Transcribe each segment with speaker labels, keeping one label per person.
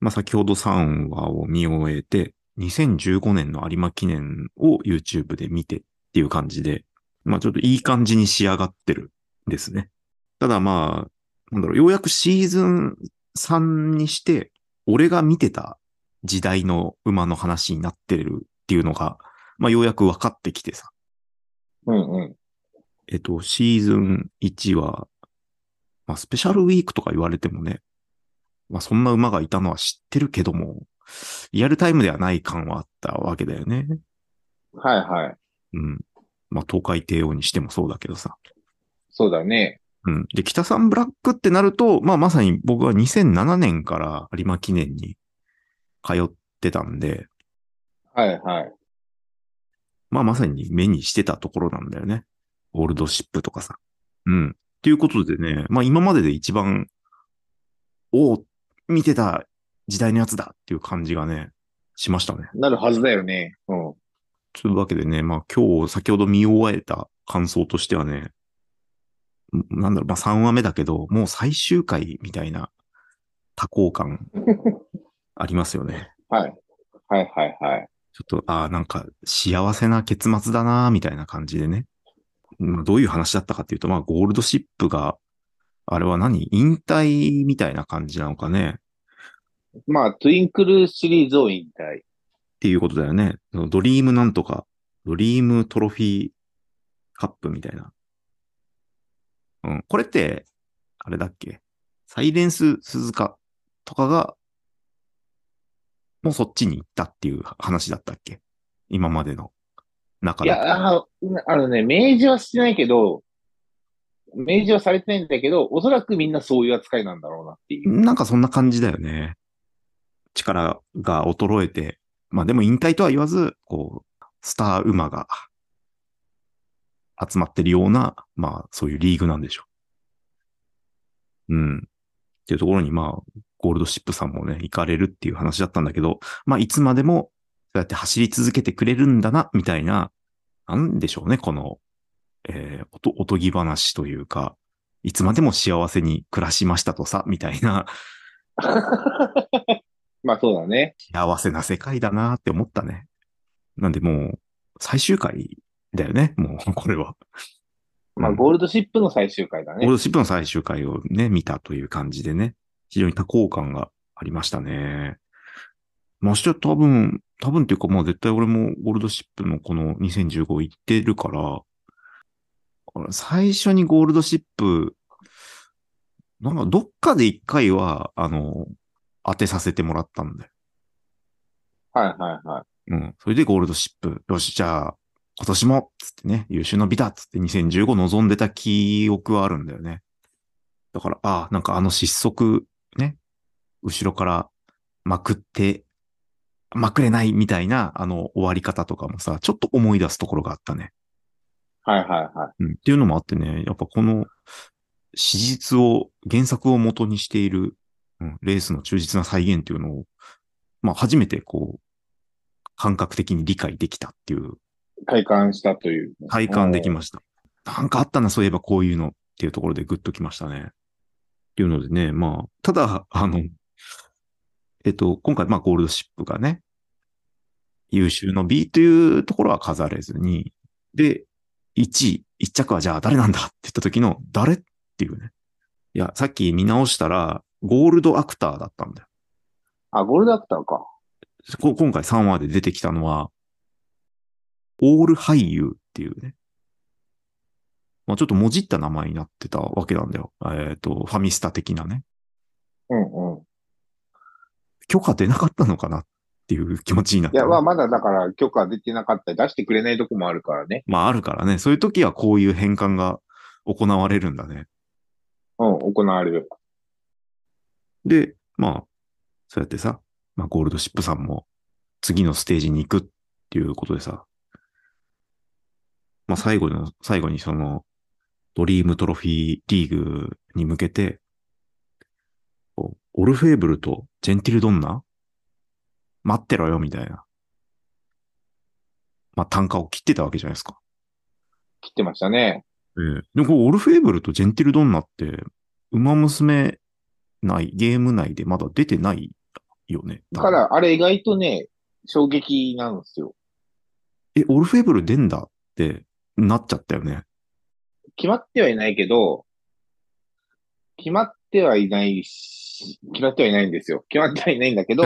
Speaker 1: まあ、先ほど3話を見終えて、2015年の有馬記念を YouTube で見てっていう感じで、まあ、ちょっといい感じに仕上がってるんですね。ただまあ、なんだろう、ようやくシーズン3にして、俺が見てた時代の馬の話になってるっていうのが、まあ、ようやく分かってきてさ。
Speaker 2: うんうん。
Speaker 1: えっと、シーズン1は、まあ、スペシャルウィークとか言われてもね、まあ、そんな馬がいたのは知ってるけども、リアルタイムではない感はあったわけだよね。
Speaker 2: はいはい。
Speaker 1: うん。まあ、東海帝王にしてもそうだけどさ。
Speaker 2: そうだね。
Speaker 1: うん。で、北さんブラックってなると、まあ、まさに僕は2007年から有馬記念に通ってたんで。
Speaker 2: はいはい。
Speaker 1: まあ、まさに目にしてたところなんだよね。オールドシップとかさ。うん。ということでね、まあ、今までで一番、おお、見てた時代のやつだっていう感じがね、しましたね。
Speaker 2: なるはずだよね。うん。
Speaker 1: というわけでね、まあ今日先ほど見終えた感想としてはね、なんだろう、まあ3話目だけど、もう最終回みたいな多幸感ありますよね。
Speaker 2: はい。はいはいはい。
Speaker 1: ちょっと、ああ、なんか幸せな結末だな、みたいな感じでね。まあ、どういう話だったかっていうと、まあゴールドシップが、あれは何引退みたいな感じなのかね。
Speaker 2: まあ、トゥインクルシリーズを引退。
Speaker 1: っていうことだよね。ドリームなんとか、ドリームトロフィーカップみたいな。うん。これって、あれだっけサイレンス鈴鹿とかが、もうそっちに行ったっていう話だったっけ今までの中
Speaker 2: で。いやあ、あのね、明示はしてないけど、明示はされてないんだけど、おそらくみんなそういう扱いなんだろうなっ ていう。
Speaker 1: なんかそんな感じだよね。力が衰えて、まあでも引退とは言わず、こう、スター馬が集まってるような、まあそういうリーグなんでしょう。うん。っていうところに、まあ、ゴールドシップさんもね、行かれるっていう話だったんだけど、まあいつまでも、そうやって走り続けてくれるんだな、みたいな、なんでしょうね、この、えー、おと、おとぎ話というか、いつまでも幸せに暮らしましたとさ、みたいな
Speaker 2: まあそうだね。
Speaker 1: 幸せな世界だなって思ったね。なんでもう、最終回だよね、もう、これは。
Speaker 2: まあ、ゴールドシップの最終回だね。
Speaker 1: ゴールドシップの最終回をね、見たという感じでね、非常に多幸感がありましたね。まして多分、多分っていうか、まあ絶対俺もゴールドシップのこの2015行ってるから、最初にゴールドシップ、なんかどっかで一回は、あの、当てさせてもらったんだよ。。
Speaker 2: はいはいはい。うん
Speaker 1: それでゴールドシップ。よし、じゃあ、今年も、つってね、優秀の美だつって2015望んでた記憶はあるんだよね。だから、ああ、なんかあの失速、ね、後ろからまくって、まくれないみたいな、あの終わり方とかもさ、ちょっと思い出すところがあったね。。
Speaker 2: はいはいはい
Speaker 1: うん。っていうのもあってね、やっぱこの、史実を、原作を元にしているうん、レースの忠実な再現っていうのを、まあ、初めてこう、感覚的に理解できたっていう。
Speaker 2: 体感したという。
Speaker 1: 体感できました。なんかあったな、そういえばこういうのっていうところでグッときましたね。っていうのでね、まあ、ただ、あの、えっと、今回、まあ、ゴールドシップがね、優秀の B というところは飾れずに、で、1位、1着はじゃあ誰なんだって言った時の、誰っていうね。いや、さっき見直したら、ゴールドアクターだったんだよ。
Speaker 2: あ、ゴールドアクターか。
Speaker 1: 今回3話で出てきたのは、オール俳優っていうね。まあちょっともじった名前になってたわけなんだよ。えっ、ー、と、ファミスタ的なね。
Speaker 2: うんうん。
Speaker 1: 許可出なかったのかなっていう気持ちになった、
Speaker 2: ね、いや、まあまだだから許可出てなかったり、出してくれないとこもあるからね。
Speaker 1: まああるからね。そういう時はこういう変換が行われるんだね。
Speaker 2: うん、行われる。
Speaker 1: で、まあ、そうやってさ、まあ、ゴールドシップさんも次のステージに行くっていうことでさ、まあ、最後の、最後にその、ドリームトロフィーリーグに向けて、オルフェーブルとジェンティルドンナ待ってろよ、みたいな。まあ、単価を切ってたわけじゃないですか。
Speaker 2: 切ってましたね。
Speaker 1: ええー。でも、これ、オルフェーブルとジェンティルドンナって、馬娘内、ゲーム内でまだ出てないよね。
Speaker 2: だか。ら、あれ意外とね、衝撃なんですよ。
Speaker 1: え、オルフェーブル出んだってなっちゃったよね。
Speaker 2: 決まってはいないけど、決まってはいないし、決まってはいないんですよ。決まってはいないんだ けど、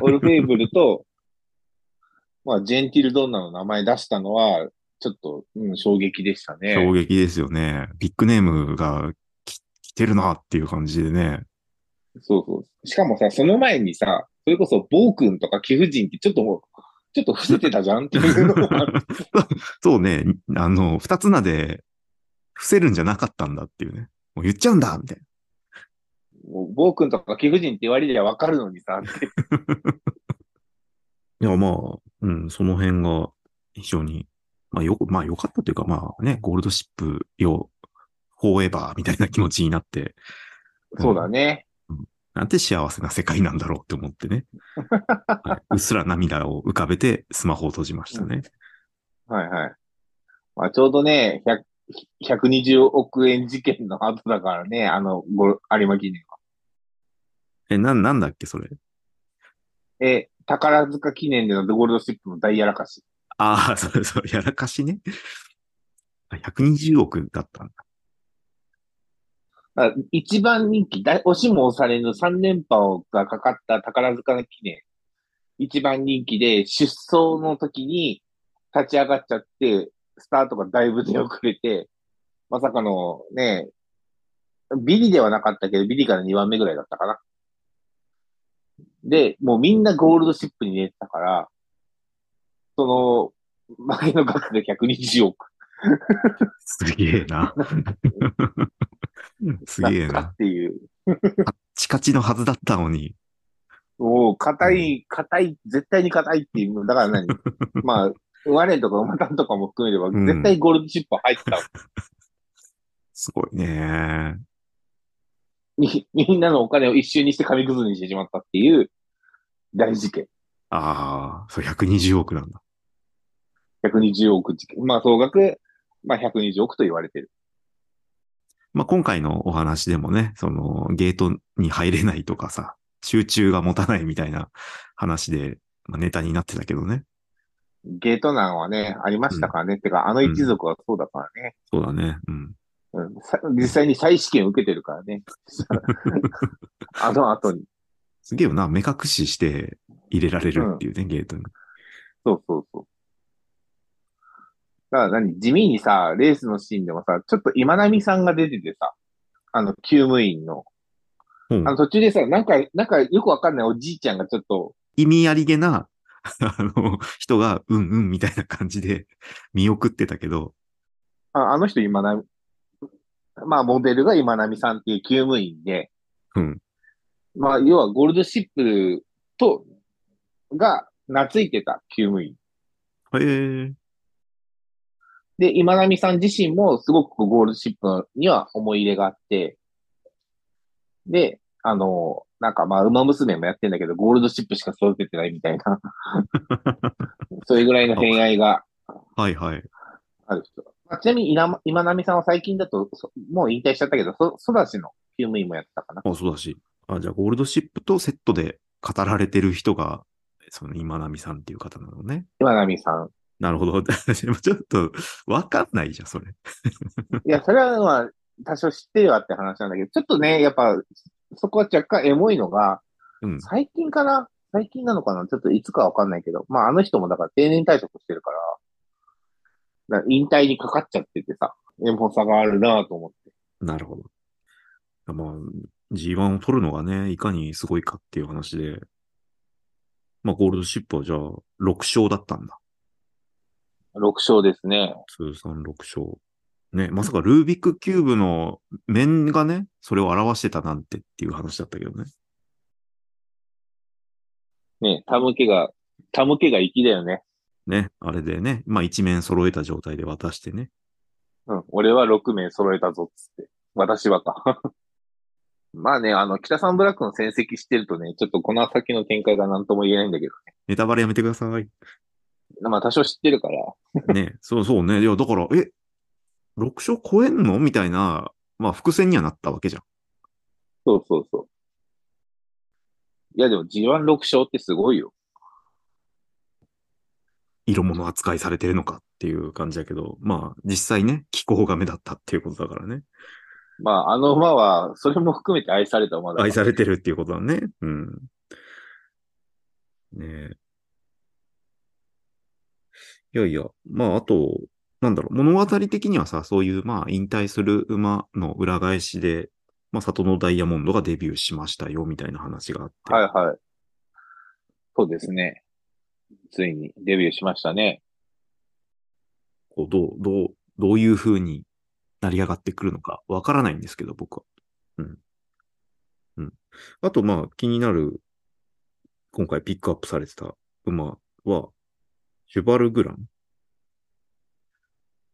Speaker 2: オルフェーブルと、まあ、ジェンティルドンナの名前出したのは、ちょっと、うん、衝撃でした
Speaker 1: 衝
Speaker 2: ね。
Speaker 1: 撃ですよね。ビッグネームがき来てるなっていう感じでね。
Speaker 2: そうそう。しかもさ、その前にさ、それこそ、暴君とか貴婦人ってちょっともう、ちょっと伏せてたじゃんっていうのもあ る
Speaker 1: そうね、あの、二つ名で伏せるんじゃなかったんだっていうね。もう言っちゃうんだみたいな。
Speaker 2: もう暴君とか貴婦人って言われりゃわかるのにさ、って
Speaker 1: いや、まあ、うん、その辺が非常に、まあよ、まあ良かったというか、まあね、ゴールドシップよ、フォーエバーみたいな気持ちになって、
Speaker 2: そうだね。
Speaker 1: なんて幸せな世界なんだろうって思ってね。はいうっすら涙を浮かべてスマホを閉じましたね。
Speaker 2: はいはい。まあ、ちょうどね、100 120億円事件の後だからね、あの、ご有馬記念は。
Speaker 1: え、な、なんだっけ、それ。
Speaker 2: え、宝塚記念でのゴールドシップの大やらかし。
Speaker 1: ああ、 そうそう、やらかしね。あ120億だったんだ。
Speaker 2: あ一番人気、だ押しも押されぬ3連覇がかかった宝塚の記念。一番人気で、出走の時に立ち上がっちゃって、スタートがだいぶ出遅れて、まさかのね、ビリではなかったけど、ビリから2番目ぐらいだったかな。で、もうみんなゴールドシップに入れてたから、その、負けの額で120億
Speaker 1: すげえな。 す
Speaker 2: だっ
Speaker 1: げえ
Speaker 2: た
Speaker 1: な
Speaker 2: っ。ていう。
Speaker 1: チカチのはずだったのに。
Speaker 2: もう、硬い、硬い、絶対に硬いっていう、だから何まあ、ワレンとか馬単とかも含めれば、
Speaker 1: ん
Speaker 2: 絶対ゴールドチップ入ってた、
Speaker 1: すごいね。
Speaker 2: み。みんなのお金を一瞬にして紙くずにしてしまったっていう大事件。
Speaker 1: ああ、そう、120億なんだ。
Speaker 2: 120億事件。まあ、総額、まあ、120億と言われてる。
Speaker 1: まあ、今回のお話でもね、その、ゲートに入れないとかさ、集中が持たないみたいな話で、まあ、ネタになってたけどね。
Speaker 2: ゲート難はね、ありましたからね。てか、あの一族はそうだからね。
Speaker 1: そうだね。うん。
Speaker 2: うんさ実際に再試験を受けてるからね。あの後に。
Speaker 1: すげえよな。目隠しして入れられるっていうね、ゲートに。
Speaker 2: そうそうそう。だから何地味にさ、レースのシーンでもさ、ちょっと今波さんが出ててさ、あの、救務員の。
Speaker 1: うん
Speaker 2: あの、途中でさ、なんか、なんかよくわかんないおじいちゃんがちょっと、
Speaker 1: 意味ありげな、あの、人が、うんうんみたいな感じで見送ってたけど、
Speaker 2: ああの人今波、まあ、モデルが今波さんっていう救務員で、
Speaker 1: うん。
Speaker 2: まあ、要はゴールドシップと、が、懐いてた救務員。
Speaker 1: へえ、
Speaker 2: で、今波さん自身もすごくゴールドシップには思い入れがあって、で、あの、なんかまあ、馬娘もやってんだけど、ゴールドシップしか育ててないみたいな、それぐらいの偏愛が
Speaker 1: はいはい。
Speaker 2: ある人。まあ、ちなみに今、今波さんは最近だと、そもう引退しちゃったけど、そ、育ちの救務員もやってたかな。
Speaker 1: あ、そうだし。あ、じゃあ、ゴールドシップとセットで語られてる人が、その今波さんっていう方なのね。
Speaker 2: 今波さん。
Speaker 1: なるほど。で もちょっと、わかんないじゃん、それ。
Speaker 2: いや、それはまあ、多少知ってるわって話なんだけど、ちょっとね、やっぱ、そこは若干エモいのが、
Speaker 1: うん。
Speaker 2: 最近かな最近なのかなちょっといつかわかんないけど。まあ、あの人もだから定年退職してるから、だから引退にかかっちゃっててさ、エモさがあるなぁと思って。
Speaker 1: なるほど。まあ、G1 を取るのがね、いかにすごいかっていう話で、まあ、ゴールドシップはじゃあ、6勝だったんだ。
Speaker 2: 6勝ですね。
Speaker 1: 通算6勝。ね、まさかルービックキューブの面がね、それを表してたなんてっていう話だったけどね。
Speaker 2: ねタムケが、タムケが粋だよね。
Speaker 1: ね、あれでね、まあ一面揃えた状態で渡してね。
Speaker 2: うん。俺は6名揃えたぞ、つって。私はか。 まあね、あの、北サンブラックの戦績してるとね、ちょっとこの先の展開が何とも言えないんだけど
Speaker 1: ネタバレやめてください。
Speaker 2: ね。まあ多少知ってるから、
Speaker 1: ね、そうそうね。いや、だから、え、6勝超えんのみたいな、まあ伏線にはなったわけじゃん。
Speaker 2: そうそうそいや、でも G16 勝ってすごいよ。
Speaker 1: 色物扱いされてるのかっていう感じだけど、まあ、実際ね、気候が目立ったっていうことだからね。
Speaker 2: まあ、あの馬は、それも含めて愛された馬だから
Speaker 1: 愛されてるっていうことだね。うん。ねえ。いやいや、まあ、あと、なんだろう、物語的にはさ、そういう、まあ、引退する馬の裏返しで、まあ、里のダイヤモンドがデビューしましたよ、みたいな話があって。
Speaker 2: はいはい。そうですね。ついにデビューしましたね。
Speaker 1: こう、どう、どう、どういう風に成り上がってくるのかわからないんですけど、僕は。うん。うん。あと、まあ、気になる、今回ピックアップされてた馬は、シュバルグラン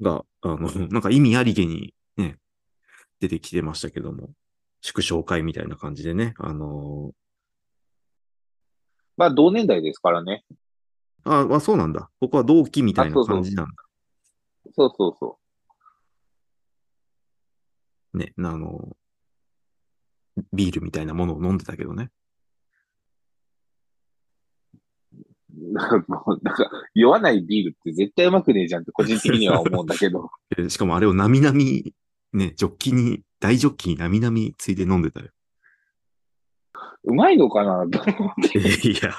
Speaker 1: が、あの、なんか意味ありげにね、出てきてましたけども、祝勝会みたいな感じでね、あの
Speaker 2: まあ、同年代ですからね。
Speaker 1: ーあ、あ、そうなんだ。ここは同期みたいな感じなんだ
Speaker 2: そうそうそ
Speaker 1: ね、あの、ビールみたいなものを飲んでたけどね。
Speaker 2: う。 なんかもう、なんか、酔わないビールって絶対うまくねえじゃんって個人的には思うんだけ ど。
Speaker 1: でしかもあれをなみなみ、ね、ジョッキに、大ジョッキになみなみついて飲んで たよ。
Speaker 2: うまいのかな と思って
Speaker 1: いや、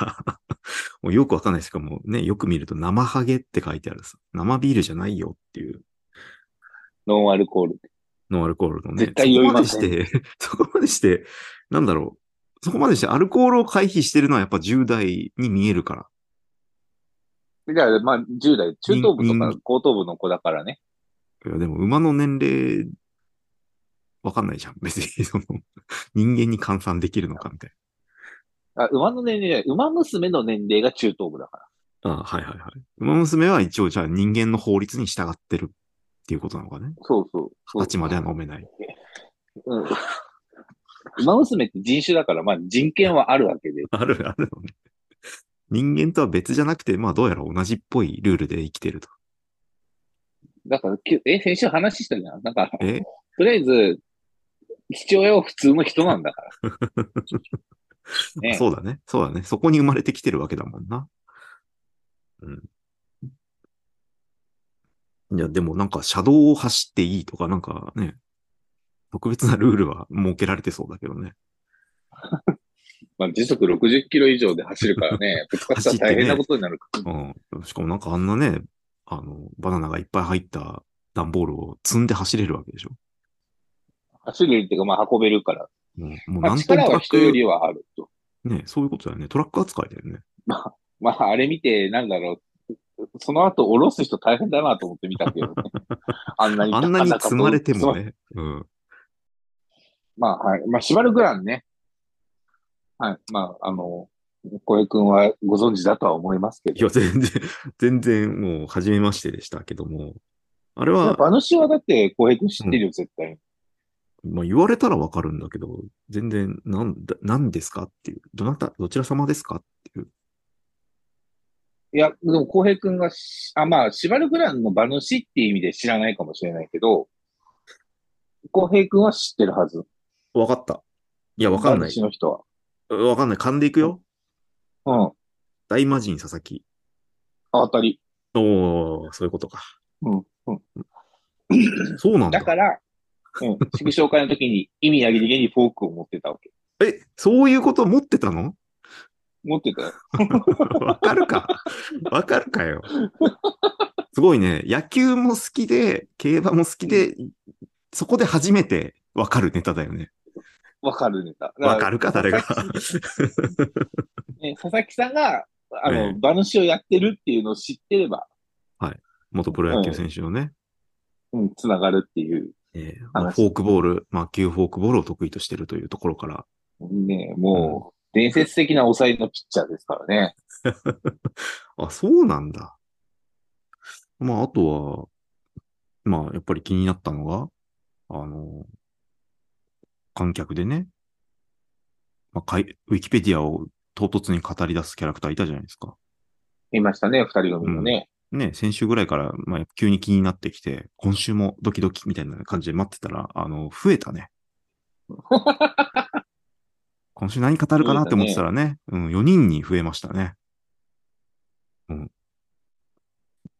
Speaker 1: もうよくわかんないですかもうね、よく見ると生ハゲって書いてあるさ。生ビールじゃないよっていう、
Speaker 2: ノンアルコール。
Speaker 1: ノンアルコールのね。
Speaker 2: 絶対酔いま
Speaker 1: そ
Speaker 2: せ
Speaker 1: こ
Speaker 2: ん
Speaker 1: までして、 そこまでして、なんだろう。そこまでしてアルコールを回避してるのはやっぱ10代に見えるから。
Speaker 2: だから、まあ、10代、中等部と
Speaker 1: 人
Speaker 2: か後頭部の子だからね。
Speaker 1: いや、でも馬の年齢、わかんないじゃん。別に、その、人間に換算できるのかみたい
Speaker 2: あ馬の年齢じゃない、馬娘の年齢が中等部だから。
Speaker 1: な。あはいはいはい。馬娘は一応じゃあ人間の法律に従ってるっていうことなのかね。
Speaker 2: そうそう。そ
Speaker 1: 二
Speaker 2: う
Speaker 1: 十歳までは飲めない。
Speaker 2: うん。馬娘って人種だから、まあ人権はあるわけで。
Speaker 1: あるあるのね。人間とは別じゃなくて、まあどうやら同じっぽいルールで生きてると。
Speaker 2: だから、きゅえ、先週話したじゃん。なんか、
Speaker 1: え
Speaker 2: とりあえず、父親は普通の人なんだから。ね
Speaker 1: そうだね。そうだね。そこに生まれてきてるわけだもんな。うん。いや、でもなんか車道を走っていいとか、なんかね、特別なルールは設けられてそうだけどね。
Speaker 2: まあ時速60キロ以上で走るから ね、ぶつかったら大変なことになるから。
Speaker 1: うん。しかもなんかあんなね、あの、バナナがいっぱい入った段ボールを積んで走れるわけでしょ。
Speaker 2: 走るっていうか、まあ運べるから。
Speaker 1: うん、もう
Speaker 2: まあ
Speaker 1: 何トント
Speaker 2: 力
Speaker 1: ラッ
Speaker 2: は人よ
Speaker 1: ク、
Speaker 2: りはあると。
Speaker 1: ね、そういうことだよね。トラック扱いだよね。
Speaker 2: まあ、あれ見て、なんだろう。その後、下ろす人大変だなと思って見た けどね。あんなに、
Speaker 1: あんなに積まれても
Speaker 2: ね。
Speaker 1: ね。うん。
Speaker 2: まあ、はい。まあ、縛るぐらいね。はい。まあ、あの、小江くんはご存知だとは思いますけ
Speaker 1: いや、
Speaker 2: ど。
Speaker 1: 全然、 全然もう、初めましてでしたけども。あれ
Speaker 2: やっ
Speaker 1: は
Speaker 2: ぱ、あの詩はだって、小江くん知ってるよ、絶対。
Speaker 1: まあ、言われたらわかるんだけど、全然、なんだ、何ですかっていう。どなた、どちら様ですかっていう。
Speaker 2: いや、でも、浩平くんがし、あ、まあ、縛るぐらいの馬主っていう意味で知らないかもしれないけど、浩平くんは知ってるはず。
Speaker 1: わかった。いや、わかんない
Speaker 2: 馬主。の人
Speaker 1: わかんない。噛んでいくよ。
Speaker 2: は。うん。
Speaker 1: 大魔神佐々木。
Speaker 2: あ当たり。
Speaker 1: おー、そういうことか。
Speaker 2: うん。うん。
Speaker 1: そうなんだ。
Speaker 2: だから、うん。祝勝会の時に意味ありげにフォークを持ってたわけ。
Speaker 1: え、そういうこと持ってたの
Speaker 2: 持ってたよ。
Speaker 1: わかるか。わかるかよ。すごいね。野球も好きで、競馬も好きで、そこで初めてわかるネタだよね。
Speaker 2: わかるネタ。
Speaker 1: わかるか、誰が。
Speaker 2: ね、佐々木さんが、あ
Speaker 1: ええ
Speaker 2: の、馬主をやってるっていうのを知ってれば、
Speaker 1: 元プロ野球選手のね。
Speaker 2: うん、つながるっていう。
Speaker 1: えーまあ
Speaker 2: 話
Speaker 1: フォークボール、魔球フォークボールを得意としてるというところから、
Speaker 2: ね、もう、伝説的な抑えのピッチャーですからね。
Speaker 1: あ、そうなんだ。まあ、あとは、まあ、やっぱり気になったのが、あの、観客でね、まあ、かいウィキペディアを唐突に語り出すキャラクターいたじゃないですか。
Speaker 2: いましたね、二人組もね。
Speaker 1: ね、先週ぐらいから、まあ、急に気になってきて、今週もドキド キみたいな感じで待ってたら、あの、増えたね。今週何語るかなって思ってたらね、うん、4人に増えましたね。うん。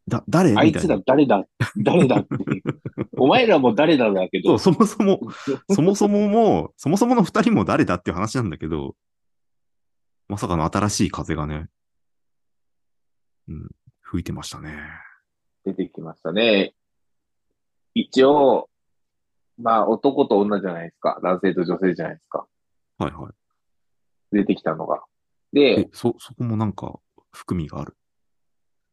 Speaker 1: だ、誰み
Speaker 2: あ
Speaker 1: たい
Speaker 2: い
Speaker 1: な。
Speaker 2: つら誰だ誰 だって。お前らも誰だだけ
Speaker 1: そ
Speaker 2: ど
Speaker 1: う、。そもそ も、そもそももう、そもそもの二人も誰だっていう話なんだけど、まさかの新しい風がね、うん、吹いてましたね。
Speaker 2: 出てきましたね。一応、まあ男と女じゃないですか。男性と女性じゃないですか。
Speaker 1: はいは
Speaker 2: 出てきたのが。
Speaker 1: い。
Speaker 2: で
Speaker 1: え、、そ、そこもなんか、含みがある。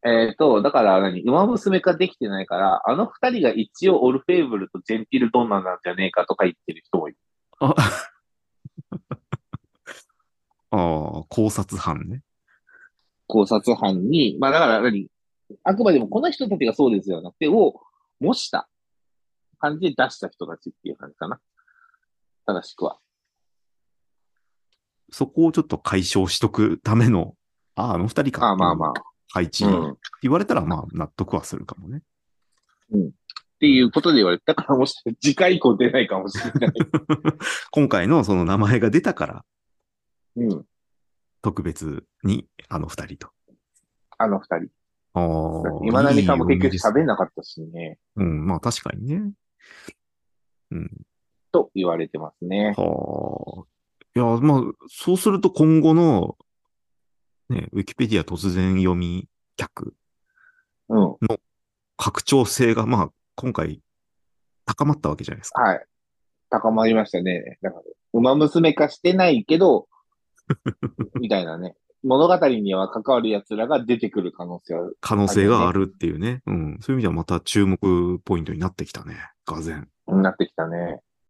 Speaker 2: えっ、と、だから何馬娘化できてないから、あの二人が一応オルフェーブルとジェンティルドンナなんじゃねえかとか言ってる人もいる。
Speaker 1: あああ、考察班ね。
Speaker 2: 考察班に、まあだから何あくまでもこの人たちがそうですよなくて、を模した感じで出した人たちっていう感じかな。正しくは。
Speaker 1: そこをちょっと解消しとくための、ああ、あの二人か。
Speaker 2: ああまあまあ。。
Speaker 1: 配置。
Speaker 2: うん。っ
Speaker 1: 言われたら、まあ、納得はするかもね。
Speaker 2: ていうことで言われて、だからもしかしたら次回以降出ないかもし れない。
Speaker 1: 今回のその名前が出たから、
Speaker 2: うん。
Speaker 1: 特別に、あの二人と。
Speaker 2: あの二人。
Speaker 1: ああ。
Speaker 2: 今波さんも結局喋ん
Speaker 1: ない
Speaker 2: なかったしね。
Speaker 1: い読みです。うん、まあ確かにね。
Speaker 2: と言われてますね。
Speaker 1: はあ。いや、まあ、そうすると今後の、ね、ウィキペディア突然読み客、
Speaker 2: うん。は
Speaker 1: 拡張性が、まあ、今回、高まったわけじゃないですか。
Speaker 2: い。高まりましたね。だから、馬娘化してないけど、みたいなね。物語には関わる奴らが出てくる可能性は
Speaker 1: 可能性があるっていうね。うん。そういう意味ではまた注目ポイントになってきたね。がぜ
Speaker 2: なってきたね。